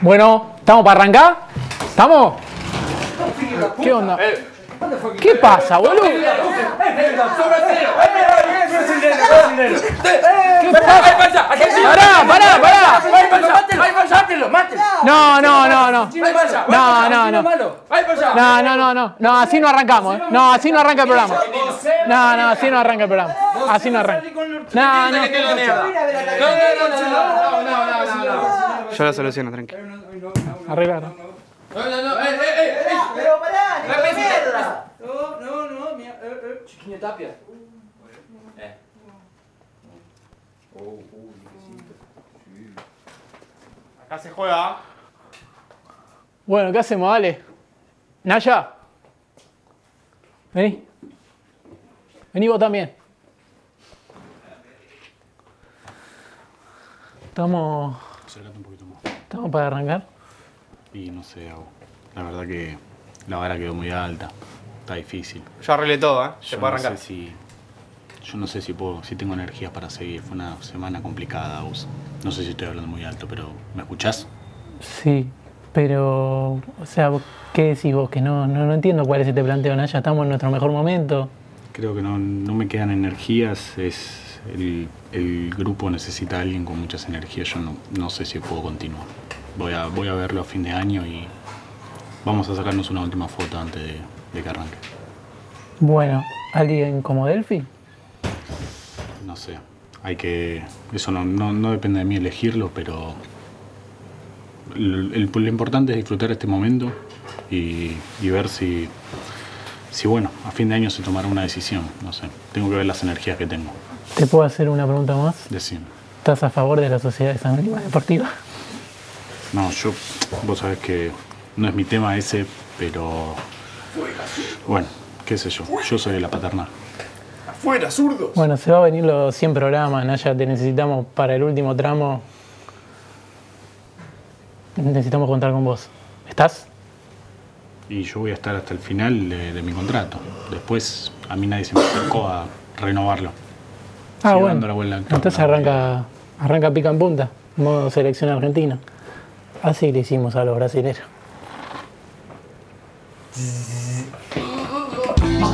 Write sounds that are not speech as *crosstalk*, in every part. Bueno, ¿estamos para arrancar? ¿Estamos? ¿Qué onda? ¿Qué pasa, boludo? Pará, pará, pará. No, no, no, no. No, no, no. No, no, no, no. No, así no arrancamos. eh. No, así no arranca el programa. No, no, así no arranca el programa. Así no arranca. No, no. Eh. Yo la soluciono, tranqui. Arreglar. Pero pará, ni con mierda. Acá se juega. Bueno, ¿qué hacemos, Ale? Naya. Vení. Vení vos también. Estamos. Acércate un poquito más. Estamos para arrancar. Y no sé, hago. La verdad que la vara quedó muy alta. Está difícil. Yo arreglé todo, ¿eh? Se Yo puede no arrancar. sé si. Yo no sé si puedo, si tengo energías para seguir. Fue una semana complicada, Gus. No sé si estoy hablando muy alto, pero ¿me escuchás? Sí, pero. O sea, ¿qué decís vos? Que no, no, no entiendo cuál es este planteo, Naya. Estamos en nuestro mejor momento. Creo que no, no me quedan energías. Es el, el grupo necesita a alguien con muchas energías. Yo no, no sé si puedo continuar. Voy a, voy a verlo a fin de año y vamos a sacarnos una última foto antes de, de que arranque. Bueno, ¿alguien como Delphi? No sé. Hay que. Eso no, no, no depende de mí elegirlo, pero. l- el- lo importante es disfrutar este momento y, y ver si. Si bueno, a fin de año se tomará una decisión. No sé. Tengo que ver las energías que tengo. ¿Te puedo hacer una pregunta más? Decime. ¿Estás a favor de la Sociedad de San Deportiva? *laughs* No, yo, vos sabés que no es mi tema ese, pero. Bueno, qué sé yo. Yo soy de la paternal. ¡Afuera, zurdo! Bueno, se va a venir los 100 programas, Naya. Te necesitamos para el último tramo. Necesitamos contar con vos. ¿Estás? Y yo voy a estar hasta el final de, de mi contrato. Después, a mí nadie se me acercó a renovarlo. Ah, dando bueno. la vuelta al Entonces torneo. arranca, arranca pica en punta, modo selección argentina. Así le hicimos a los brasileños.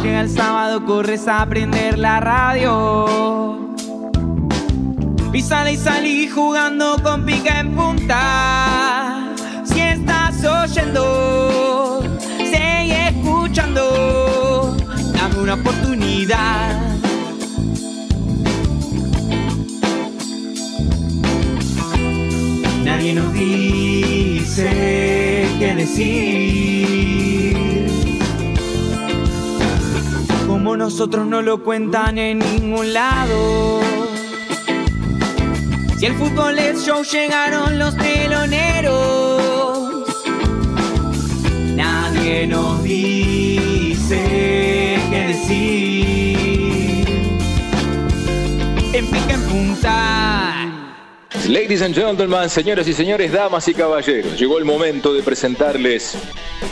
Llega el sábado, corres a prender la radio. Y sale y salí jugando con pica en punta. Si estás oyendo, sigue escuchando. Dame una oportunidad. Nadie nos dice qué decir. Como nosotros no lo cuentan en ningún lado. Si el fútbol es show, llegaron los teloneros. Nadie nos dice qué decir. En pica en punta. Ladies and gentlemen, señoras y señores, damas y caballeros, llegó el momento de presentarles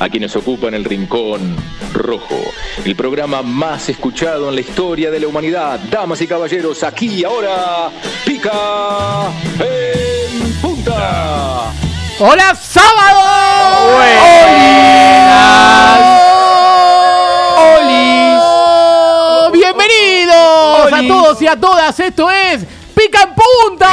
a quienes ocupan el rincón rojo, el programa más escuchado en la historia de la humanidad. Damas y caballeros, aquí y ahora, pica en punta. ¡Hola, sábado! ¡Olis! ¡Bienvenidos a todos y a todas! Esto es Pica en Punta.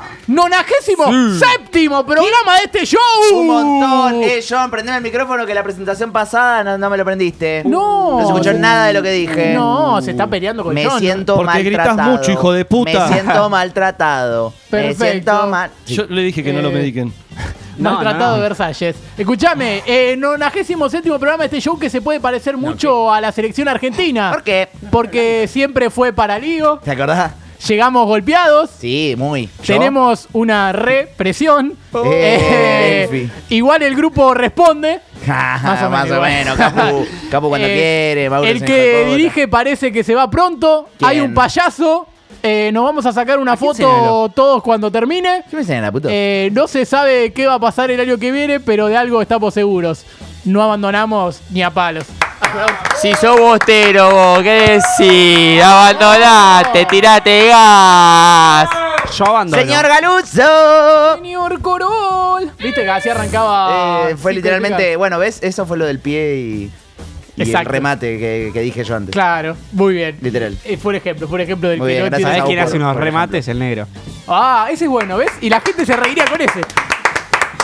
Pica Nonagésimo séptimo programa de este show. Un montón. Eh, John, prendeme el micrófono que la presentación pasada no, no me lo prendiste. No. No se escuchó nada de lo que dije. No, se está peleando con Me John. siento Porque gritas maltratado. mucho, hijo de puta. Me siento maltratado. Perfecto. Me siento mal. Yo le dije que no lo Eh, *laughs* mediquen. Maltratado de Versalles. Escuchame, eh, 97 programa de este show que se puede parecer mucho a la selección argentina. ¿Por qué? Porque siempre fue para Ligo, ¿Te acordás? llegamos golpeados, Sí, muy. ¿Yo? Oh. tenemos una represión. Eh, Delphi. igual el grupo responde. *laughs* Ah, más o menos, Capu. *laughs* Capu cuando *laughs* Eh, quiere. Mauro es el un hijo de que puta. dirige parece que se va pronto. ¿Quién? Hay un payaso. eh, nos vamos a sacar una ¿A quién foto señaló? todos cuando termine. ¿Qué me señala, puto? Eh, no se sabe qué va a pasar el año que viene, pero de algo estamos seguros. No abandonamos ni a palos. Si sos bostero vos, ¿qué decís? Abandonaste, tirate gas. Yo abandono. Señor Galuso. Señor Corol. Viste que así arrancaba. Eh, fue sin literalmente, criticar. bueno, ¿ves? Eso fue lo del pie y, y el Exacto. remate que, que dije yo antes. Claro, muy bien. Literal. Eh, Fue un ejemplo, fue un ejemplo del Muy bien, Perotti. gracias ¿Sabés a quién vos hace por- unos por ejemplo. remates? El negro. Ah, ese es bueno, ¿ves? Y la gente se reiría con ese.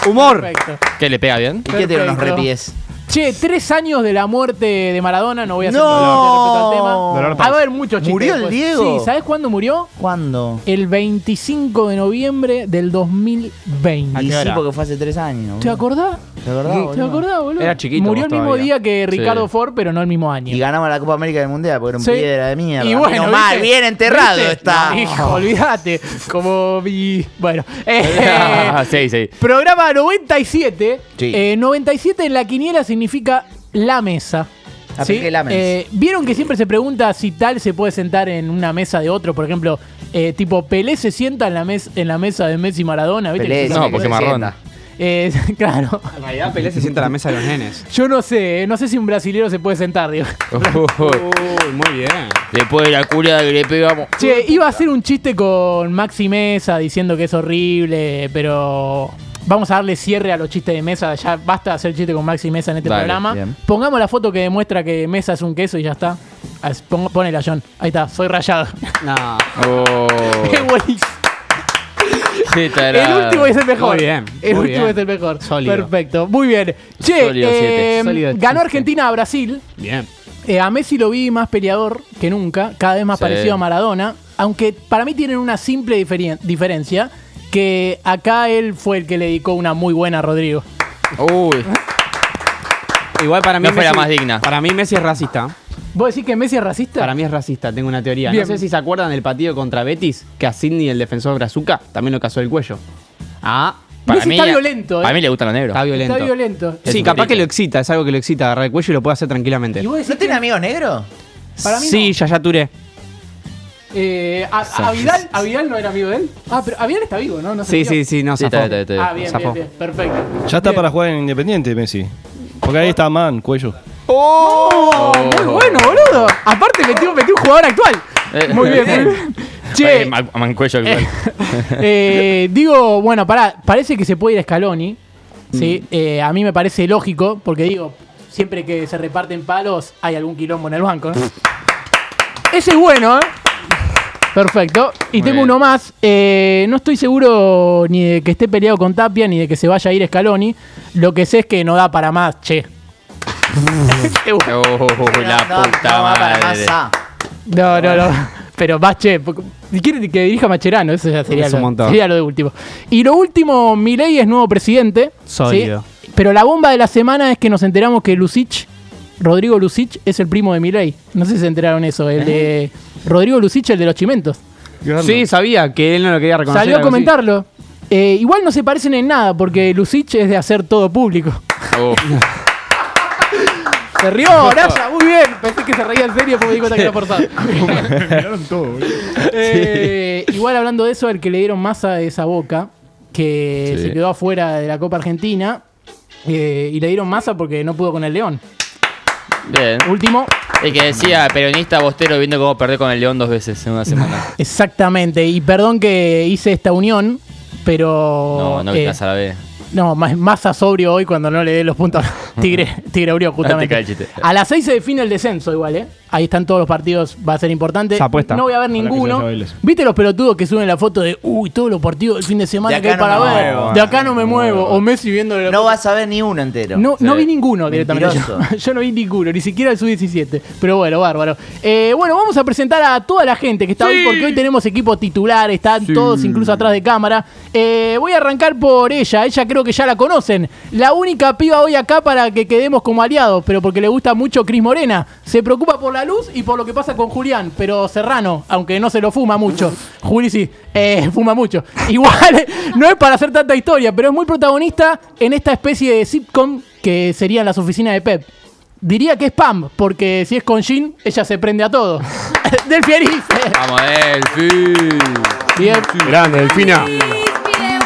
Humor. Perfecto. ¿Qué le pega bien? ¿Y qué tiene unos Perfecto. repies? Che, tres años de la muerte de Maradona, no voy a hacer No. nada respecto al tema. Dolor Va a haber muchos chistes. Murió el después. Diego. Sí, ¿sabes cuándo murió? ¿Cuándo? El 25 de noviembre del 2020. Y qué sí, hora? porque fue hace tres años. ¿Te boludo. acordás? ¿Te acordás, ¿Te boludo? acordás, boludo? Era chiquito Murió el vos mismo todavía. día que Sí. Ricardo Ford, pero no el mismo año. Y ganamos la Copa América del Mundial porque era un Sí. piedra de mierda. Y bueno, Menos mal, ¿viste? bien enterrado ¿Viste? está. No, hijo, *laughs* olvídate. Como mi. Bueno. eh, sí, sí. programa 97. Sí. Eh, 97 en la quiniela significa la mesa. Ah, pensé que la mesa. Eh, Vieron que siempre se pregunta si tal se puede sentar en una mesa de otro. Por ejemplo, eh, tipo, Pelé se sienta en la, mes- en la mesa de Messi y Maradona. ¿viste? Pelé, No, sí, porque se marrón. sienta. Eh, *laughs* claro. En realidad Pelé se sienta a la mesa de los nenes. Yo no sé, no sé si un brasilero se puede sentar, digo. Uy, Uy, muy bien. Después de la curia que le pegamos. Che, iba a hacer un chiste con Maxi Mesa diciendo que es horrible, pero vamos a darle cierre a los chistes de Mesa. Ya basta de hacer chiste con Maxi Mesa en este Dale, programa. bien. Pongamos la foto que demuestra que Mesa es un queso y ya está. As- pon- Ponela, John. Ahí está, soy rayado. No. Oh, Qué buenísimo. qué tarado. El último es el mejor. Muy bien, El muy último bien. es el mejor. Sólido. Perfecto. Muy bien. Che, Sólido siete. eh, Sólido ganó chiste. Argentina a Brasil. Bien. Eh, a Messi lo vi más peleador que nunca, cada vez más Sí. parecido a Maradona, aunque para mí tienen una simple diferen- diferencia, que acá él fue el que le dedicó una muy buena a Rodrigo. Uy, Igual para mí. No fue la más digna. Para mí Messi es racista. ¿Vos decís que Messi es racista? Para mí es racista, tengo una teoría. Bien. No sé si se acuerdan del partido contra Betis, que a Sidney, el defensor Brazuca, también lo casó el cuello. Ah, para Messi mí está violento, eh. A mí le gustan los negros. está violento. Está violento. Es Sí, un capaz tipo. que lo excita, es algo que lo excita, agarrar el cuello y lo puede hacer tranquilamente. ¿Y vos decís ¿No tiene que- amigos negros? para mí sí, no. ya ya Touré. eh, a, a Vidal, a Vidal no era amigo de él? Ah, pero a Vidal está vivo, ¿no? No se Sí, murió. sí, sí, no, Sí, zafó. está, está, está. Ah, bien, Zafó. bien, bien. Perfecto. Ya está Bien. para jugar en Independiente, Messi. Porque ahí está Man, cuello. Oh, muy bueno, boludo. Aparte metió, metió un jugador actual. Eh. Muy bien, muy *laughs* bien. Che, Eh, Ma- Mancuello *laughs* igual. Eh, digo, bueno, pará, parece que se puede ir a Scaloni. Mm. ¿sí? Eh, a mí me parece lógico, porque digo, siempre que se reparten palos, hay algún quilombo en el banco. *laughs* ¿no? Ese es bueno, ¿eh? Perfecto. Y Muy tengo bien. uno más. Eh, no estoy seguro ni de que esté peleado con Tapia, ni de que se vaya a ir Scaloni. Lo que sé es que no da para más, che. Oh, la No, no, puta no, va para madre. más, ah. No, no, no. *laughs* Pero más che. porque- Si quiere que dirija Macherano, eso ya sería, Es un lo, montón. sería lo de último. Y lo último, Milei es nuevo presidente. ¿sí? Sólido. Pero la bomba de la semana es que nos enteramos que Lucich, Rodrigo Lucich, es el primo de Milei. No sé si se enteraron eso. ¿Eh? El de Rodrigo Lucich, el de los chimentos. Sí, sabía que él no lo quería reconocer. Salió a algo así. comentarlo. Eh, igual no se parecen en nada, porque Lucich es de hacer todo público. Oh, *laughs* Se rió, Naya, muy bien. Pensé que se reía en serio porque dijo que era forzado. *laughs* Eh, Igual hablando de eso, el que le dieron masa es a Boca, que Sí. se quedó afuera de la Copa Argentina. eh, y le dieron masa porque no pudo con el León. bien. Último. El que decía peronista bostero viendo cómo perder con el León dos veces en una *laughs* semana. Exactamente. Y perdón que hice esta unión, pero. No, no eh, que a la B. No, más, más a sobrio hoy cuando no le dé los puntos a Tigre, Tigre Aurió, Te cae el justamente. chiste. A las 6 se define el descenso igual, ¿eh? Ahí están todos los partidos, va a ser importante. Se apuesta. No voy a ver que ninguno. se haya bailes. ¿Viste los pelotudos que suben la foto de, uy, todos los partidos del fin de semana De que hay acá no para me ver? muevo. De acá no me muevo. O Messi viendo la No foto. vas a ver ni uno entero. No, no Sí. vi ninguno directamente. *laughs* Yo, Mentiroso. Yo no vi ninguno, ni siquiera el sub-17. Pero bueno, bárbaro. Eh, bueno, vamos a presentar a toda la gente que está hoy, porque hoy tenemos equipo titular, están todos incluso atrás de cámara. Eh, voy a arrancar por ella, ella creo que ya la conocen. La única piba hoy acá para que quedemos como aliados, pero porque le gusta mucho Cris Morena. Se preocupa por la luz y por lo que pasa con Julián, pero Serrano, aunque no se lo fuma mucho. Juli sí, eh, *laughs* fuma mucho. Igual, *laughs* no es para hacer tanta historia, pero es muy protagonista en esta especie de sitcom que serían las oficinas de Pep. Diría que es Pam, porque si es con Jin, ella se prende a todo. *laughs* Del Fierife. Vamos, Delfi. Bien. Grande, Delfina. Pide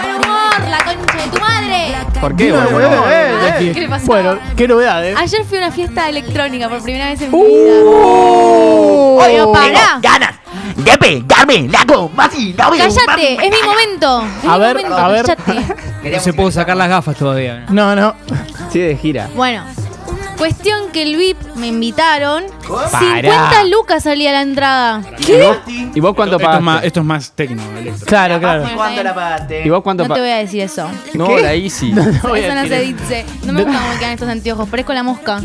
buen humor, la concha de tu madre. ¿Por qué, Bien, boludo? eh, eh, eh. ¿Qué le pasó? Bueno, qué eh. novedades. Ayer fui a una fiesta electrónica por primera vez en mi vida. ¡Uh! Pero pará. Ganas. Depe, Carmen, Naco, Mati, Nave. Cállate, es mi momento. es A mi ver, momento, a ver. cállate. No se pudo sacar las gafas todavía. *laughs* No, ¿no? no. Sí, de gira. Bueno, cuestión que el VIP me invitaron. Pará. 50 lucas salía la entrada. ¿Y vos cuánto Esto es más, pagaste? esto es más tecno, electro. Ah, Claro, claro. ¿Cuánto la pagaste? ¿Y vos cuánto No te voy pagaste? a decir eso. No, la Easy. voy a Eso no se decir dice. No me gusta cómo me quedan estos anteojos. Parezco la mosca.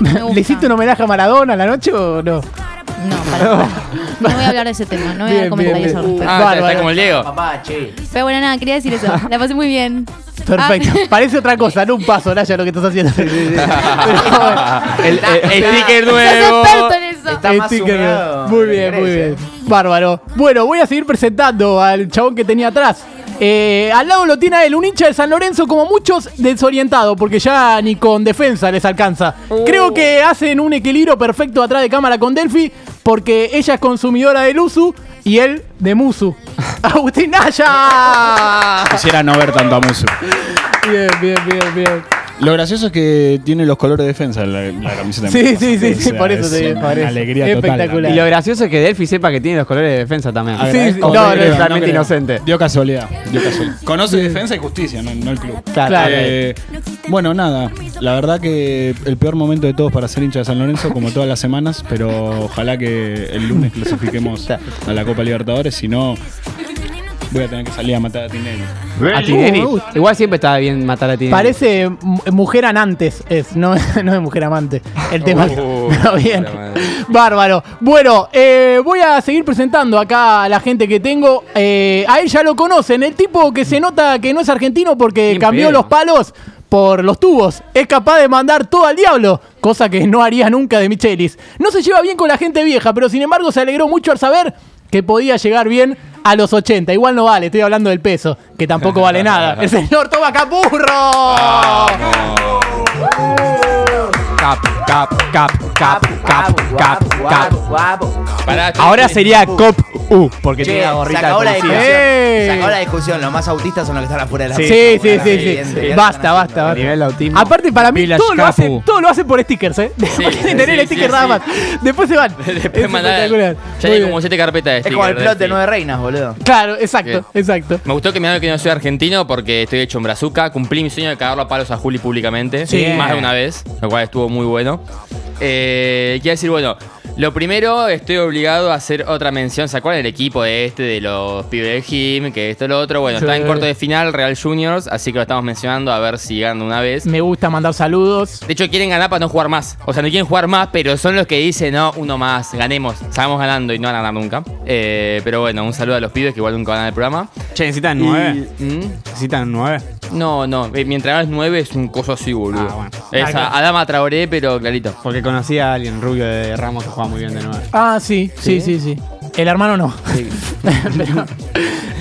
Me gusta. ¿Le hiciste un homenaje a Maradona la noche o no? No, para. No voy a hablar de ese tema. No voy a dar Bien, bien, comentarios al bien. respecto. Ah, está, está como el Diego. Papá, che. *laughs* Pero bueno, nada, Ah, quería decir eso. La pasé muy bien. *laughs* Perfecto. Ah. Parece otra cosa, no un paso, Naya, lo que estás haciendo. Pero bueno. El, el sticker *laughs* nuevo. Sos experto en eso. Está más Sticker. humedado. Muy bien, muy bien. Bárbaro. Bueno, voy a seguir presentando al chabón que tenía atrás. Eh, al lado lo tiene a él, un hincha de San Lorenzo, como muchos desorientado, porque ya ni con defensa les alcanza. Creo que hacen un equilibrio perfecto atrás de cámara con Delphi, porque ella es consumidora del Usu y él de *laughs* Musu. ¡Agustín Naya! Quisiera no ver tanto a Musu. Bien, bien, bien, bien. Lo gracioso es que tiene los colores de defensa la, la camiseta. Sí, Mendoza. sí, sí, sí, O sea, por eso es te una parece. alegría Espectacular. Espectacular. Y lo gracioso es que Delphi sepa que tiene los colores de defensa también. Ah, Sí, sí, no, Como no, totalmente no creo. inocente. Dio casualidad, dio casualidad. Conoce defensa y justicia, no, no el club. Claro. Claro. Eh, bueno, nada. La verdad que el peor momento de todos para ser hincha de San Lorenzo, como todas las semanas, pero ojalá que el lunes clasifiquemos a la Copa Libertadores, si no voy a tener que salir a matar a Tinelli. A Tinelli. Uh, me gusta. Igual siempre estaba bien matar a Tinelli. Parece mu- mujer anantes, es, no, *laughs* no es mujer amante. El tema. *laughs* Uh, Pero bien. la madre. Bárbaro. Bueno, eh, voy a seguir presentando acá a la gente que tengo. Eh, a él ya lo conocen, el tipo que se nota que no es argentino porque Ni cambió pedo. los palos por los tubos. Es capaz de mandar todo al diablo, cosa que no haría nunca de Michelis. No se lleva bien con la gente vieja, pero sin embargo se alegró mucho al saber que podía llegar bien a los 80. Igual no vale, estoy hablando del peso, que tampoco vale *laughs* nada. El señor Toma Capurro. Cap, cap, cap, cap, cap, cap, Guapo, cap. guapo, guapo. Pará, che, Ahora che. sería Cop U, porque Che, tiene la se gorrita acabó la de policía. discusión. ¡Eh! Se acabó la discusión. Los más autistas son los que están afuera de la puerta. Sí, sí, sí, sí. Basta, basta, A basta. nivel de autismo. Aparte, para mí, Village todo lo, Capu. hacen, todo lo hacen por stickers, ¿eh? Quieren tener sí, stickers sí, nada sí. más. Después se van. Después Es mandá- espectacular. Ya Muy hay bien. como siete carpetas de Es como el sticker, plot de Delphi. Nueve Reinas, boludo. Claro, exacto, Bien. exacto. Me gustó que me digan que no soy argentino porque estoy hecho en brazuca. Cumplí mi sueño de cagarlo a palos a Juli públicamente. Sí. Más de una vez, lo cual estuvo muy bueno. Eh, quiero decir, bueno, lo primero, estoy obligado a hacer otra mención. ¿Se acuerdan del equipo de este, de los pibes del gym, que esto, lo otro? Bueno, está en cuarto de final Real Juniors, así que lo estamos mencionando a ver si ganan una vez. Me gusta mandar saludos. De hecho, quieren ganar para no jugar más. O sea, no quieren jugar más, pero son los que dicen, no, uno más, ganemos. Sabemos ganando y no van a ganar nunca. Eh, pero bueno, un saludo a los pibes que igual nunca van a ganar el programa. Che, necesitan nueve. Mm. Necesitan nueve. No, no, eh, mi entrenador es 9, es un coso así, boludo. Ah, bueno. Es a- Adama Traoré, pero clarito. Porque conocí a alguien rubio de Ramos que juega muy bien de nueve. Ah, sí, sí, sí, sí. El hermano no. Pero,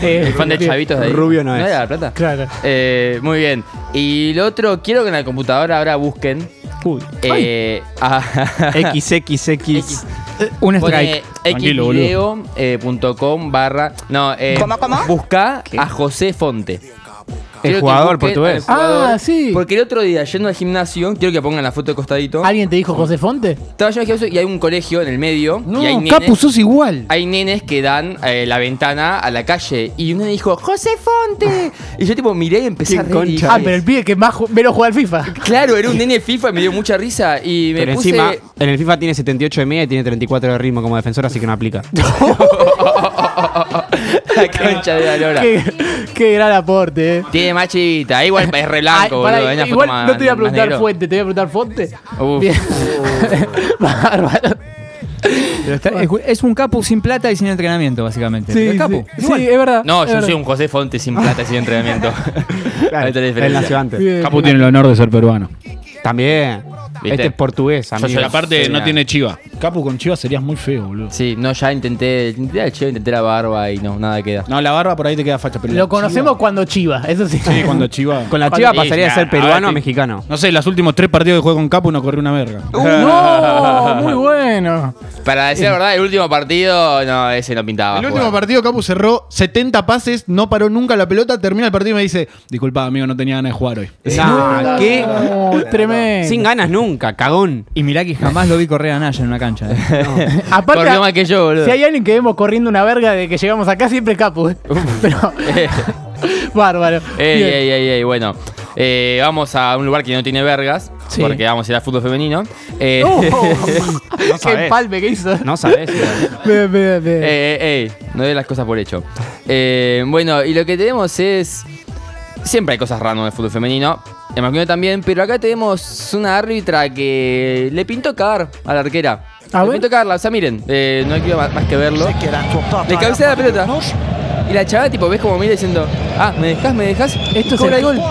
eh, El fan de Chavitos de ahí. Rubio no es. era la plata? Claro. Eh, muy bien. Y lo otro, quiero que en la computadora ahora busquen. Uy. Eh, a- *laughs* XXX. Un Pone strike. Tranquilo, boludo. xvideo.com barra. No, eh, busca a José Fonte. Quiero que jugador busquen al portugués. jugador, Ah, sí. Porque el otro día, yendo al gimnasio, quiero que pongan la foto de costadito. ¿Alguien te dijo José Fonte? Estaba yendo al gimnasio y hay un colegio en el medio. y hay nenes- Capu, sos igual. hay nenes que dan eh, la ventana a la calle y uno dijo, José *laughs* Fonte. Y yo tipo miré y empecé a reír. y dije, Ah, pero el pibe que más ju- menos juega al FIFA. Claro, era un nene FIFA, me dio mucha risa y me Pero puse... encima, en el FIFA tiene 78 de media y tiene 34 de ritmo como defensor, así que no aplica. *laughs* la concha de *laughs* la lora. Qué, qué gran aporte, eh. Tiene machita, igual es re blanco, Ay, pará, boludo. es una foto igual más- no te voy a más preguntar negro. fuente, te voy a preguntar fonte. Uf. Bien. Bárbaro. Pero está- es, es un Capu sin plata y sin entrenamiento, básicamente. Pero Sí, es Capu. sí, sí, es verdad. No, es yo verdad. soy un José Fonte sin plata, sin *laughs* entrenamiento. Ahí está Eh. la Él diferencia. nació antes. Bien. Capu tiene el honor de ser peruano. También. ¿Viste? Este es portugués, amigo. soy la parte- Aparte, Sí, no nada. tiene chiva. Capu con chiva serías muy feo, boludo. Sí, no, ya intenté, intenté el chivo, intenté la barba y no, nada queda. No, la barba por ahí te queda facha, pero. Lo conocemos cuando chiva, eso sí. Sí, cuando chiva. Con la Cuando- chiva Sí, pasaría de nah, ser a ver, peruano a te- mexicano. No sé, los últimos tres partidos que jugué con Capu no corrió una verga. Uh, No, muy bueno. Para decir la verdad, el último partido, no, ese no pintaba. El jugar. último partido Capu cerró 70 pases, no paró nunca la pelota, termina el partido y me dice, disculpa amigo, no tenía ganas de jugar hoy. Nah, ¿qué? No, tremendo. Sin ganas nunca, cagón. Y mirá que jamás lo vi correr a Naya en una cancha. ¿eh? *laughs* Aparte, Corrió más que yo, boludo. Si hay alguien que vemos corriendo una verga de que llegamos acá, siempre es Capu. *laughs* eh. *laughs* Pero, bárbaro. Ey, Bien. ey, ey, ey, bueno. Eh, vamos a un lugar que no tiene vergas, Sí. porque vamos a ir a fútbol femenino. *laughs* Eh, Oh, qué sabés. empalme que hizo. *laughs* No sabés. Bien, bien, bien. Eh, eh, eh, no de las cosas por hecho. Eh, bueno, y lo que tenemos es. Siempre hay cosas random en el fútbol femenino. En masculino también, pero acá tenemos una árbitra que le pintó cagar a la arquera. Ah, le pintó cagarla, o sea, miren, eh, no hay que más, más que verlo. Le cabecea la pelota. Y la chava, tipo, ves como mira diciendo, ah, ¿me dejas, me dejas? Esto es cobra el gol.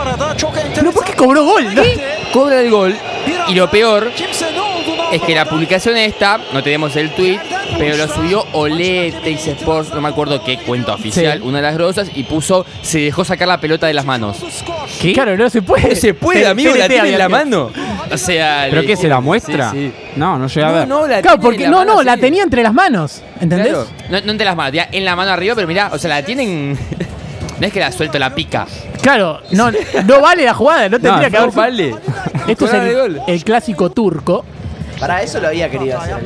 ¿Pero por qué cobró gol? no? Cobra el gol. Y lo peor es que la publicación esta, no tenemos el tweet, pero lo subió Olete y Sports, no me acuerdo qué cuenta oficial, una de las grosas, y puso, se dejó sacar la pelota de las manos. ¿Qué? Claro, no se puede. No se puede, Te- amigo, la TNT tiene en la había que- mano. O sea, ¿Pero le- qué se la muestra? Sí, sí. No, no llega a No, ver. no, la Claro, tiene porque en no, la no, mano, la sí. tenía entre las manos. ¿Entendés? Claro. No, no te las manos, ya en la mano arriba, pero mirá, o sea, la tienen. *laughs* No es que la suelto la pica. Claro, *laughs* no, no vale la jugada, no tendría que no haber. sido. vale. Esto es Fuera de el, gol. el clásico turco. Para eso lo había querido hacer.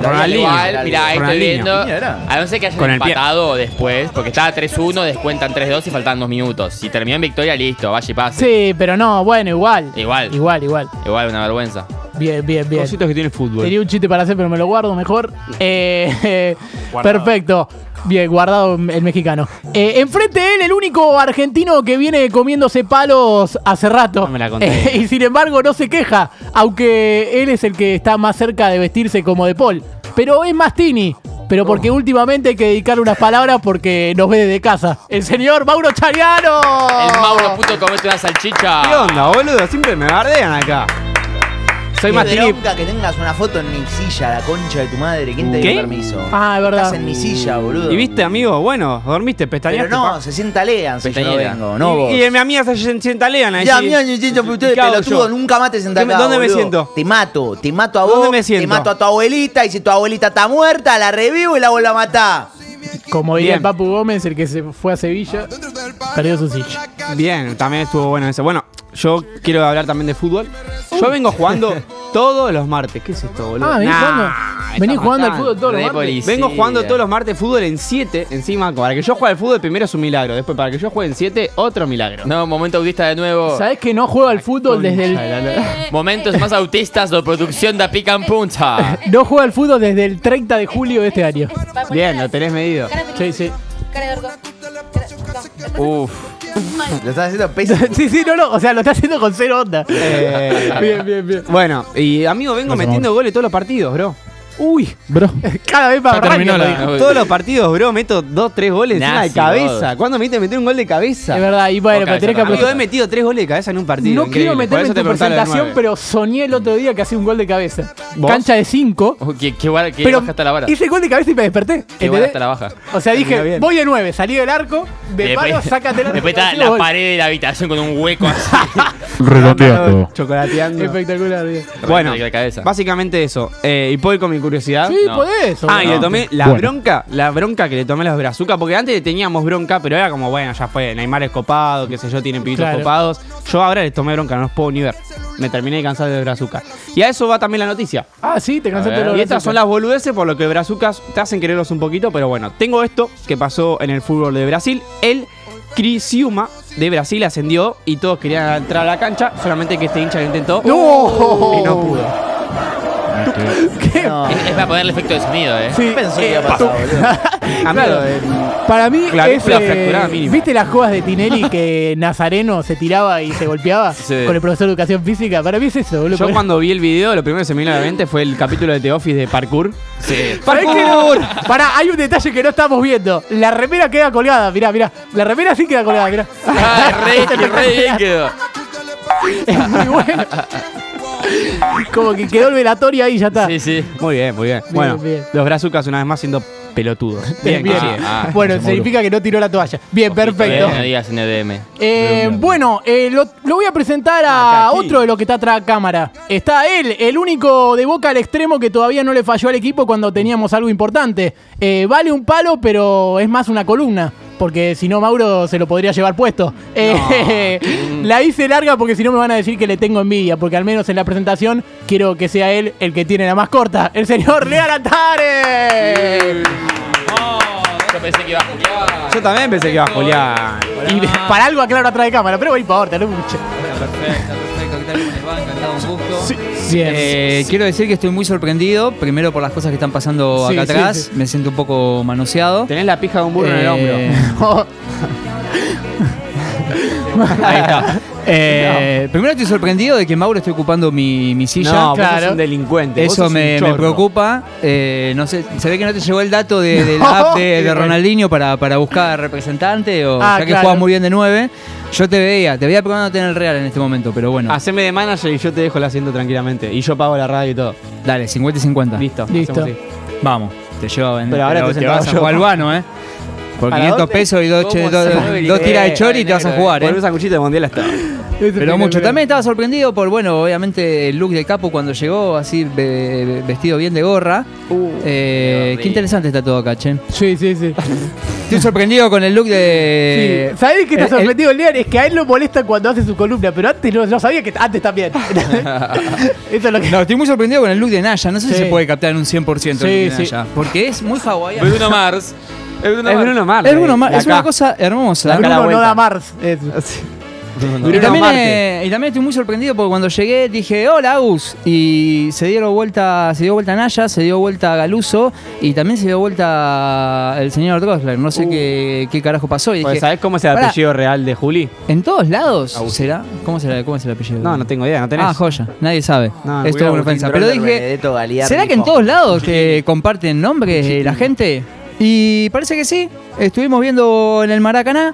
Ronaldinho. Igual, mirá, ahí estoy Ronaldinho. viendo. Mira, era. A no ser que Con hayan el pie. empatado después, porque estaba 3-1, descuentan 3-2 y faltan 2 minutos. Si terminó en victoria, listo, vaya y pase. Sí, pero no, bueno, igual. Igual. Igual, igual. Igual, una vergüenza. Bien, bien, bien. Cositas que tiene el fútbol. Tenía un chiste para hacer, pero me lo guardo *laughs* mejor. Eh, eh, perfecto. Bien, guardado el mexicano. Eh, enfrente de él, el único argentino que viene comiéndose palos hace rato. No me la conté. Eh, *laughs* y sin embargo, no se queja, aunque él es el que está más cerca de vestirse como de Paul. Pero es Mastini. Pero Oh. porque últimamente hay que dedicarle unas palabras porque nos ve desde casa. El señor Mauro Chariano. Ah. El Mauro puto comete una salchicha. ¿Qué onda, boludo? Siempre me bardean acá. Soy Qué Mastini. bronca que tengas una foto en mi silla, la concha de tu madre. ¿Quién te ¿Qué? dio permiso? Ah, es verdad. Estás en mi silla, boludo. ¿Y viste, amigo? Bueno, dormiste, Pero pestañaste. no, se sienta Lean si yo no Pestañera. vengo, no vos. Y, y mi amiga se sienta leana. Ya, mía, yo siento que ustedes ¿Qué hago pelotudos yo? nunca más te sentan ¿Dónde- acá, dónde me boludo. siento? Te mato, te mato a vos. ¿Dónde me Te siento? mato a tu abuelita y si tu abuelita está muerta, la revivo y la vuelvo a matar. Como diría Bien. el Papu Gómez, el que se fue a Sevilla, perdió su silla. Bien, también estuvo bueno ese. Bueno, yo quiero hablar también de fútbol. Yo *laughs* vengo jugando todos los martes. ¿Qué es esto, boludo? Ah, venís jugando- venís jugando al fútbol todos los Re martes. policía. Vengo jugando todos los martes fútbol en 7, encima. Para que yo juegue al fútbol primero es un milagro. Después, para que yo juegue en 7, otro milagro. No, momento autista de nuevo. ¿Sabés que no juego al fútbol desde Concha de el. la lora. Momentos más autistas de producción de Pica en *laughs* Punta. *laughs* No juego al fútbol desde el 30 de julio de este año. Bien, lo tenés medido. Sí, sí. *laughs* Cara de orco. Uf. Lo estás *laughs* haciendo pésimo. Sí, sí, no, no. O sea, lo está haciendo con cero onda. Eh, Bien, bien, bien. Bueno, y amigo, vengo metiendo goles todos los partidos, bro. Uy, Bro. cada vez más rápido. lo dijo. Todos los partidos, bro, meto 2, 3 goles encima de Nazi, cabeza. ¿Cuándo me viste meter un gol de cabeza? Es verdad, y bueno, Boca pero tenés que de Amigo, he aprovechar. metido 3 goles de cabeza en un partido. No increíble. quiero Por meterme eso en te tu preguntaba lo del presentación, nueve. pero soñé el otro día que hacía un gol de cabeza. ¿Vos? Cancha de 5. Oh, qué, qué, bar- qué Pero baja está la vara. hice el gol de cabeza y me desperté. Qué ¿entendés? buena está la baja. O sea, Terminó dije, bien. voy de 9, salí del arco, de *laughs* palo, sácate el arco. después está y la gol. pared de la habitación con un hueco así. Redondeando. Chocolateando. Espectacular, bien. Bueno, La cabeza. básicamente eso. Eh, y puedo ir con mi curiosidad. Sí, No. por eso. Ah, y le boludo. tomé la Bueno. bronca, la bronca que le tomé a los Brazuca, porque antes le teníamos bronca, pero era como, bueno, ya fue, Neymar es copado, qué sé yo, tienen pibitos Claro. copados. Yo ahora les tomé bronca, no los puedo ni ver. Me terminé de cansar de Brazuca. Y a eso va también la noticia. Ah, sí, te cansaste A ver. de los Y estas brazos. son las boludeces por lo que brazucas te hacen quererlos un poquito, pero bueno, tengo esto que pasó en el fútbol de Brasil. El Criciúma de Brasil ascendió y todos querían entrar a la cancha, solamente que este hincha lo intentó *laughs* ¡No! y no pudo. ¿Qué? Es, es para ponerle efecto de *laughs* sonido, eh. Sí, pensó que eh, iba a pasar, tú- boludo? Amigo, Claro. eh, *laughs* Para mí es. Clavícula eh, fracturada mínima. ¿Viste las jugadas de Tinelli que Nazareno se tiraba y se *laughs* golpeaba Sí. con el profesor de educación física? Para mí es eso, boludo. yo Porque- cuando vi el video, lo primero que se me vino a la mente fue el capítulo de The Office de parkour. Sí. ¿Sabés qué no? Pará, hay un detalle que no estamos viendo. La remera queda colgada, mirá, mirá. La remera sí queda colgada, mirá. *laughs* Ah, re, *laughs* re bien quedó. Es muy bueno. Como que quedó el velatorio ahí y ya está. Sí, sí. Muy bien, muy bien. bueno, bien. los brazucas una vez más siendo *laughs* pelotudos. Bien, bien. sí. ah, bueno, significa que no tiró la toalla. Bien, perfecto. Eh, No digas NDM. Eh, bueno, eh, lo, lo voy a presentar a otro de los que está atrás de cámara. Está él, el único de boca al extremo que todavía no le falló al equipo cuando teníamos algo importante. Eh, vale un palo, pero es más una columna. porque si no Mauro se lo podría llevar puesto. Eh, *laughs* la hice larga porque si no me van a decir que le tengo envidia, porque al menos en la presentación quiero que sea él el que tiene la más corta, el señor Leal Atare. Yo pensé que iba a jugar. Yo también pensé que iba a Julián. Y para algo aclaro atrás de cámara, pero no importa, no mucho. Perfecto, perfecto. ¿Qué tal? ¿Cómo les va? Encantado, un gusto. Bien. *laughs* Eh, Quiero decir que estoy muy sorprendido, primero por las cosas que están pasando Sí, acá sí, atrás, sí. me siento un poco manoseado. Tenés la pija de un burro en el Eh, hombro. *laughs* oh, Ahí *laughs* está. Eh, Primero estoy sorprendido de que Mauro esté ocupando mi, mi silla. No, vos claro. sos un delincuente. vos Eso sos un me, me chorro. preocupa. Eh, no sé, se ve que no te llegó el dato de- *laughs* del app de, de Ronaldinho para, para buscar representante o Ah, ya que claro. juegas muy bien de 9. Yo te veía, te veía probándote en el Real en este momento, pero bueno. Haceme de manager y yo te dejo el asiento tranquilamente. Y yo pago la radio y todo. Dale, 50 y 50. Listo. Listo. hacemos así. Vamos, te llevo a vender. Pero ahora te te vas a sentaba yo. jugar al vano, ¿eh? Por ¿A la 500 dónde? pesos y dos, ¿Cómo che- se dos- mueve el dos tiras de dinero, chori y te vas a negro, eh? jugar, Por ¿eh? un sanguchito de mundial hasta. Pero mucho. También estaba sorprendido por, bueno, obviamente el look de Capo cuando llegó, así ve- ve- vestido bien de gorra. Uh, Eh, gorrita. qué interesante está todo acá, che. Sí, sí, sí. Estoy sorprendido con el look de. Sí. ¿Sabés qué el- está el- sorprendido el, Lean? Es que a él lo molesta cuando hace su columna, pero antes no, no sabía que antes *laughs* también. Eso es lo que. No, estoy muy sorprendido con el look de Naya. No sé si Sí. se puede captar en un 100% el look Sí, de sí. Naya. Porque es muy hawaiano. Bruno Mars. Es Bruno Es Mars. Bruno Mars. eh. Es, Bruno Mar- de es una acá. cosa hermosa. Acá Bruno la no vuelta. da Mars. Es- Y Bruno también, Marte. eh, y también estoy muy sorprendido porque cuando llegué dije, hola Agus. Y se dieron vuelta, se dio vuelta Naya, se dio vuelta Galuso y también se dio vuelta el señor Drosler. No sé qué, qué carajo pasó. Y Uh. Pues, dije, ¿Sabés cómo es el Pará. apellido real de Juli? ¿en todos lados? ¿Será? ¿Cómo, será? ¿Cómo es el apellido? No, no tengo idea, no tenés. Ah, joya, nadie sabe. No, es toda una Agustín ofensa. Pero Drosler, dije, Benedetto, Galiardi, ¿será que en Fo- todos lados que comparten nombres eh, la gente? Y parece que sí. Estuvimos viendo en el Maracaná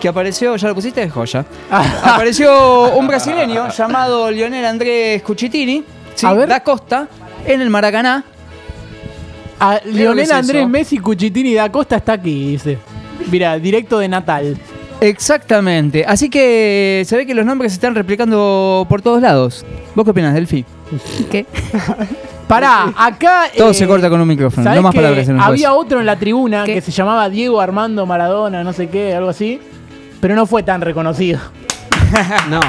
que apareció, ya lo pusiste, joya. apareció un brasileño llamado Lionel Andrés Cuchitini, ¿sí? A ver. da Costa, en el Maracaná. A que Leonel es Andrés eso. Messi, Cuchitini da Costa está aquí, dice. Mira, directo de Natal. Exactamente. Así que se ve que los nombres se están replicando por todos lados. ¿Vos qué opinas, Delfi? ¿Qué? Pará, acá. Todo eh, se corta con un micrófono, ¿sabés no más que palabras en el juez. Había otro en la tribuna ¿Qué? que se llamaba Diego Armando Maradona, no sé qué, algo así. Pero no fue tan reconocido. *laughs* No.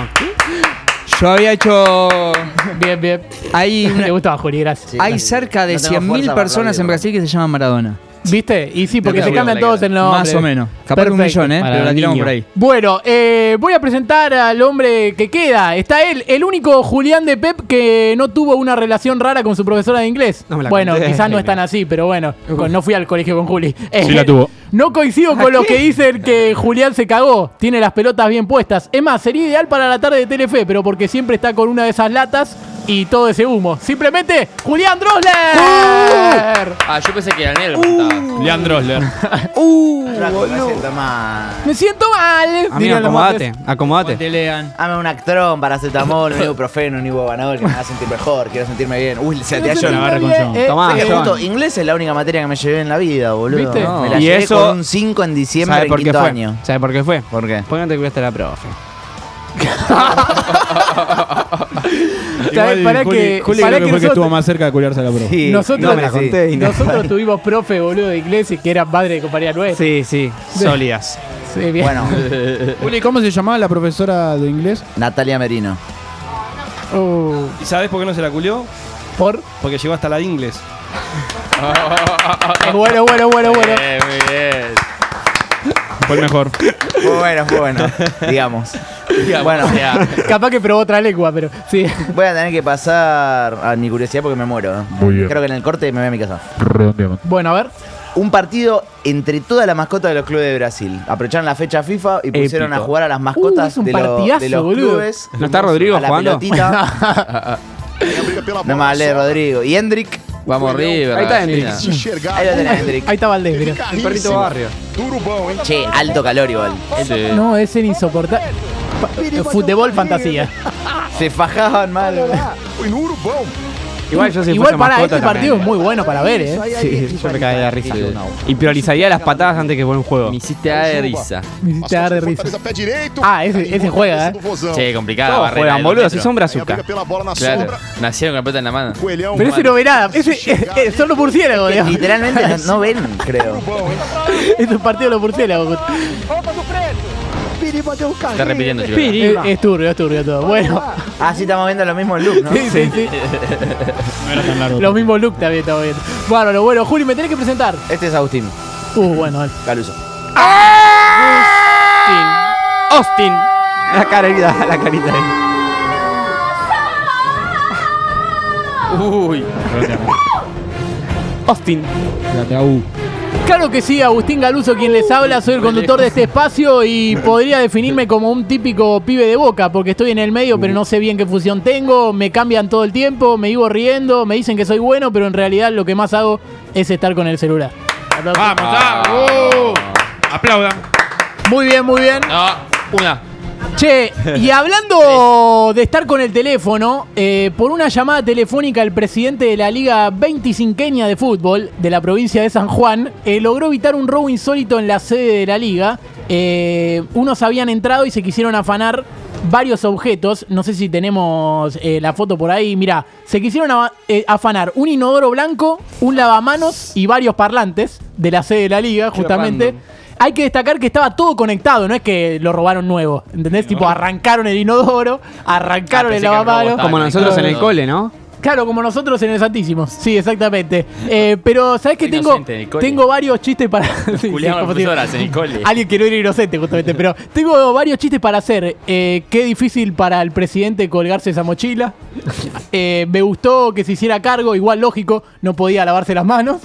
Yo había hecho. Bien, *laughs* bien. Hay una- Le gustaba, Juli, gracias. Sí, Hay no- cerca de no tengo 100.000 fuerza para personas en hablar, Brasil que se llaman Maradona. ¿Viste? Y sí, porque Yo se creo cambian que todos la- el nombre. Más o menos. Capaz que un Perfecto. millón, ¿eh? Pero la tiramos por ahí. Bueno, eh, voy a presentar al hombre que queda. Está él, el único Julián de Pep que no tuvo una relación rara con su profesora de inglés. No me la bueno, conté. quizás no es tan así, pero bueno, con- no fui al colegio con Juli. Eh, Sí la tuvo. No coincido con lo que dicen que Julián se cagó. Tiene las pelotas bien puestas. Es más, sería ideal para la tarde de Telefe, pero porque siempre está con una de esas latas y todo ese humo. Simplemente, Julián ¡Uh! Drosler. Ah, yo pensé que era Nero. Uh, Leandro Osler. Flaco, me siento mal. Me siento mal. Amigo, dirían los acomodate, mates. acomodate. Dame un actrón, *laughs* paracetamol, un ibuprofeno, un ibubanol que me haga sentir mejor, quiero sentirme bien. Uy, se te Quiero halló. sentirme con bien, John. eh. Tomá, Sé que Ah, John. justo inglés es la única materia que me llevé en la vida, boludo. ¿Viste? Me la Y llevé eso- con un 5 en diciembre ¿Sabes en por qué quinto fue? año. ¿Sabes por qué fue? ¿Por qué? Porque no te cuidaste la profe. Sabés, pará que- Juli creo que pará que fue que nosotros- estuvo más cerca de culiarse a la profe. Sí, Nosotros, no me la conté. y no. nosotros tuvimos profe, boludo, de inglés y que era padre de compañía nuestra. Sí, sí, sólidas. Sí, bien. Bueno, Juli, ¿cómo se llamaba la profesora de inglés? Natalia Merino. Uh, ¿Y sabes por qué no se la culió? por. Porque llegó hasta la de inglés. Eh, bueno, bueno, bueno, bueno. Bien, muy bien. Fue el mejor. Fue bueno, fue bueno, *laughs* digamos. Digamos, Bueno. o sea, Capaz que probó otra lengua, pero sí. Voy a tener que pasar a mi curiosidad porque me muero. ¿eh? Muy bien. Creo que en el corte me voy a mi casa. Redondeamos. Bueno, a ver. Un partido entre todas las mascotas de los clubes de Brasil. Aprovecharon la fecha FIFA y pusieron Épico. a jugar a las Uh, mascotas es un de, lo- partidazo, de los boludo. clubes. ¿No está Rodrigo a la jugando? pelotita. *laughs* no me hablé de Rodrigo. Y Hendrik. vamos River. Ahí está Argentina. Hendrix. Ahí lo tenés, Hendrik. Ahí está Valdés, mirá. El perrito barrio. Che, alto calor igual. Sí. No, es el insoportable. Pa- Fútbol fantasía. Se fajaban mal. Igual yo si Igual fuese para mascota este partido también. es muy bueno para ver, ¿eh? Sí, yo me caí de la risa. Y priorizaría las patadas antes que poner un juego. Me hiciste de risa. *laughs* Me hiciste dar de risa. Ah, ese, ese juega, ¿eh? Che, complicada Todos barrera. juegan, del boludo, metro. si son brazuca. Claro, nacieron con la pelota en la mano. Pero ese no ve nada. Ese, eh, son los murciélagos, digamos. *laughs* Literalmente no, no ven, *laughs* creo. Es un partido de los murciélagos. Está repitiendo, chicos. Es, es turbio, es turbio todo. Bueno, Ah, sí, estamos viendo los mismos *laughs* looks, ¿no? Sí, sí, sí. los mismos look también está bien. Bárbaro, bueno, Juli, me tenés que presentar. Este es Agustín. Uh, bueno, dale. Caluso. Austin. La carita, la carita. ahí. Uy. Austin. Claro que sí, Agustín Galuso quien les habla, soy el conductor de este espacio y podría definirme como un típico pibe de boca, porque estoy en el medio pero no sé bien qué función tengo, me cambian todo el tiempo, me vivo riendo, me dicen que soy bueno, pero en realidad lo que más hago es estar con el celular. Ah. Vamos, vamos. Aplaudan. Muy bien, muy bien. Ah, Una. Che, y hablando de estar con el teléfono, eh, por una llamada telefónica el presidente de la Liga 25queña de fútbol de la provincia de San Juan eh, logró evitar un robo insólito en la sede de la liga. Eh, unos habían entrado y se quisieron afanar varios objetos. No sé si tenemos eh, la foto por ahí. Mirá, se quisieron ava- eh, afanar un inodoro blanco, un lavamanos y varios parlantes de la sede de la liga, justamente. random. Hay que destacar que estaba todo conectado, no es que lo robaron nuevo. ¿Entendés? Tipo, arrancaron el inodoro, arrancaron Ah, el pensé que lavamanos. robot Como nosotros en el cole, ¿no? Claro, como nosotros en el Santísimo. Sí, exactamente. Eh, pero, ¿sabes qué? Tengo, Inocente en el cole. tengo varios chistes para. *laughs* Sí, sí, Julián como las te digo. profesoras en el cole. *laughs* Alguien que no era inocente, justamente. pero tengo varios chistes para hacer. Eh, qué difícil para el presidente colgarse esa mochila. Eh, me gustó que se hiciera cargo, igual lógico, no podía lavarse las manos.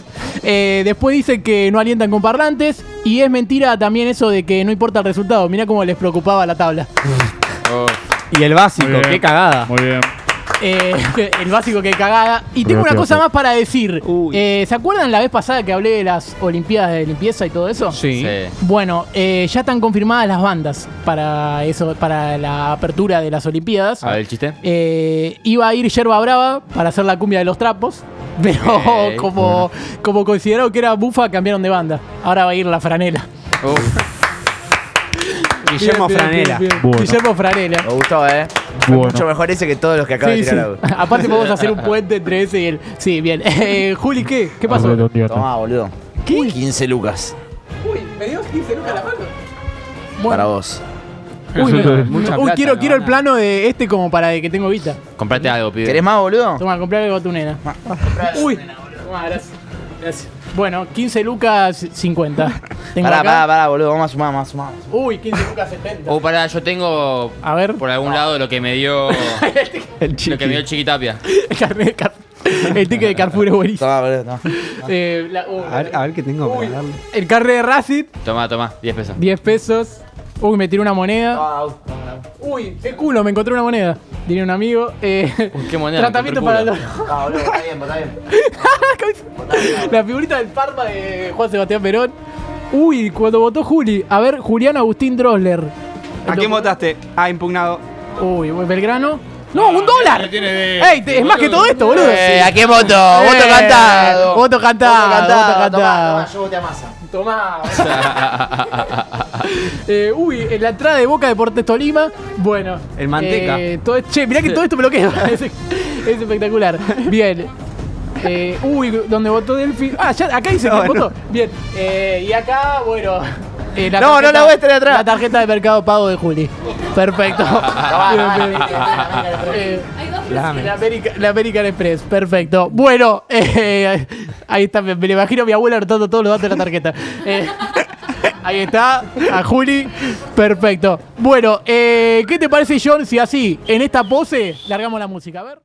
Eh, después dicen que no alientan con parlantes. Y es mentira también eso de que no importa el resultado. Mirá cómo les preocupaba la tabla. Y el básico, Muy bien. qué cagada. Muy bien. Eh, *laughs* el básico que cagada. Y tengo una Gracias. cosa más para decir. Eh, ¿Se acuerdan la vez pasada que hablé de las Olimpiadas de limpieza y todo eso? Sí. Bueno, eh, ya están confirmadas las bandas para eso, para la apertura de las Olimpiadas. A ver el chiste. Eh, iba a ir Yerba Brava para hacer la cumbia de los trapos. *laughs* Pero Ok. como, como consideraron que era bufa, cambiaron de banda. Ahora va a ir la franela. Guillermo Bien, bien, Franela. bien, bien. Guillermo Franela. Me gustó, ¿eh? Fue Mucho mejor ese que todos los que acaba Sí, de sí. tirar Agus. *laughs* Aparte podemos hacer *laughs* un puente entre ese y el. Sí, bien. *laughs* Eh, Juli, ¿qué? ¿Qué pasó? Tomá, boludo. ¿Qué? 15 lucas Uy, me dio 15 lucas la mano. para vos. Uy, me- *laughs* uy, plata, quiero, ¿no? quiero el plano de este como para de que tengo vista. Comprate algo, pibe. ¿Querés más, boludo? Toma, compré algo a tu nena. Ah. Uy. Toma, gracias. Gracias. Bueno, 15 lucas 50. Tengo Pará, acá. pará, pará, boludo. Vamos a sumar, vamos *laughs* a sumar. Uy, 15 lucas 70. O Oh, pará, yo tengo A ver. *laughs* por algún lado lo que me dio. El lo que me dio Chiquitapia. El carnet de Car- El ticket de Carrefour es buenísimo. Tomá, boludo, tomá. Eh, la- uy, A ver, a ver qué tengo para darle. el carnet de Racing, Tomá, tomá, 10 pesos. 10 pesos. Uy, me tiró una moneda. Tomá, Agus. Uy, qué culo, me encontré una moneda. Tiene un amigo. Eh, Uy, qué moneda, Tratamiento me para el encontré dolor. Tomá, boludo. Está bien, pues, está bien. *laughs* La figurita del Parma de Juan Sebastián Perón. Uy, cuando votó Juli. A ver, Julián Agustín Drosler. ¿A quién votaste? Ah, impugnado. Uy, Belgrano. ¡No, un dólar! tiene de- ¡Ey! te- Es más que todo esto, boludo. Eh, ¿A qué voto? Voto Eh, cantado. voto cantado, voto Tomá, cantado. tomá, yo voté a masa. Tomá. *laughs* Eh, uy, en la entrada de Boca Deportes Tolima. Bueno. El Manteca. eh, todo, che, mirá que todo esto me lo queda. *laughs* Es, es espectacular. Bien. Eh, uy, donde votó Delphi. Ah, ya, acá dice que votó. Bien. Eh, y acá, bueno. eh, la No, no la muestre atrás. La tarjeta de mercado pago de Juli. *laughs* Perfecto. Bien, bien. Eh, la, América- la American Express, perfecto. Bueno, *laughs* eh, ahí está, me, me lo imagino a mi abuela anotando todos los datos de la tarjeta. Eh, *laughs* ahí está, a Juli, perfecto. Bueno, eh, ¿qué te parece, John, si así, en esta pose, largamos la música? A ver.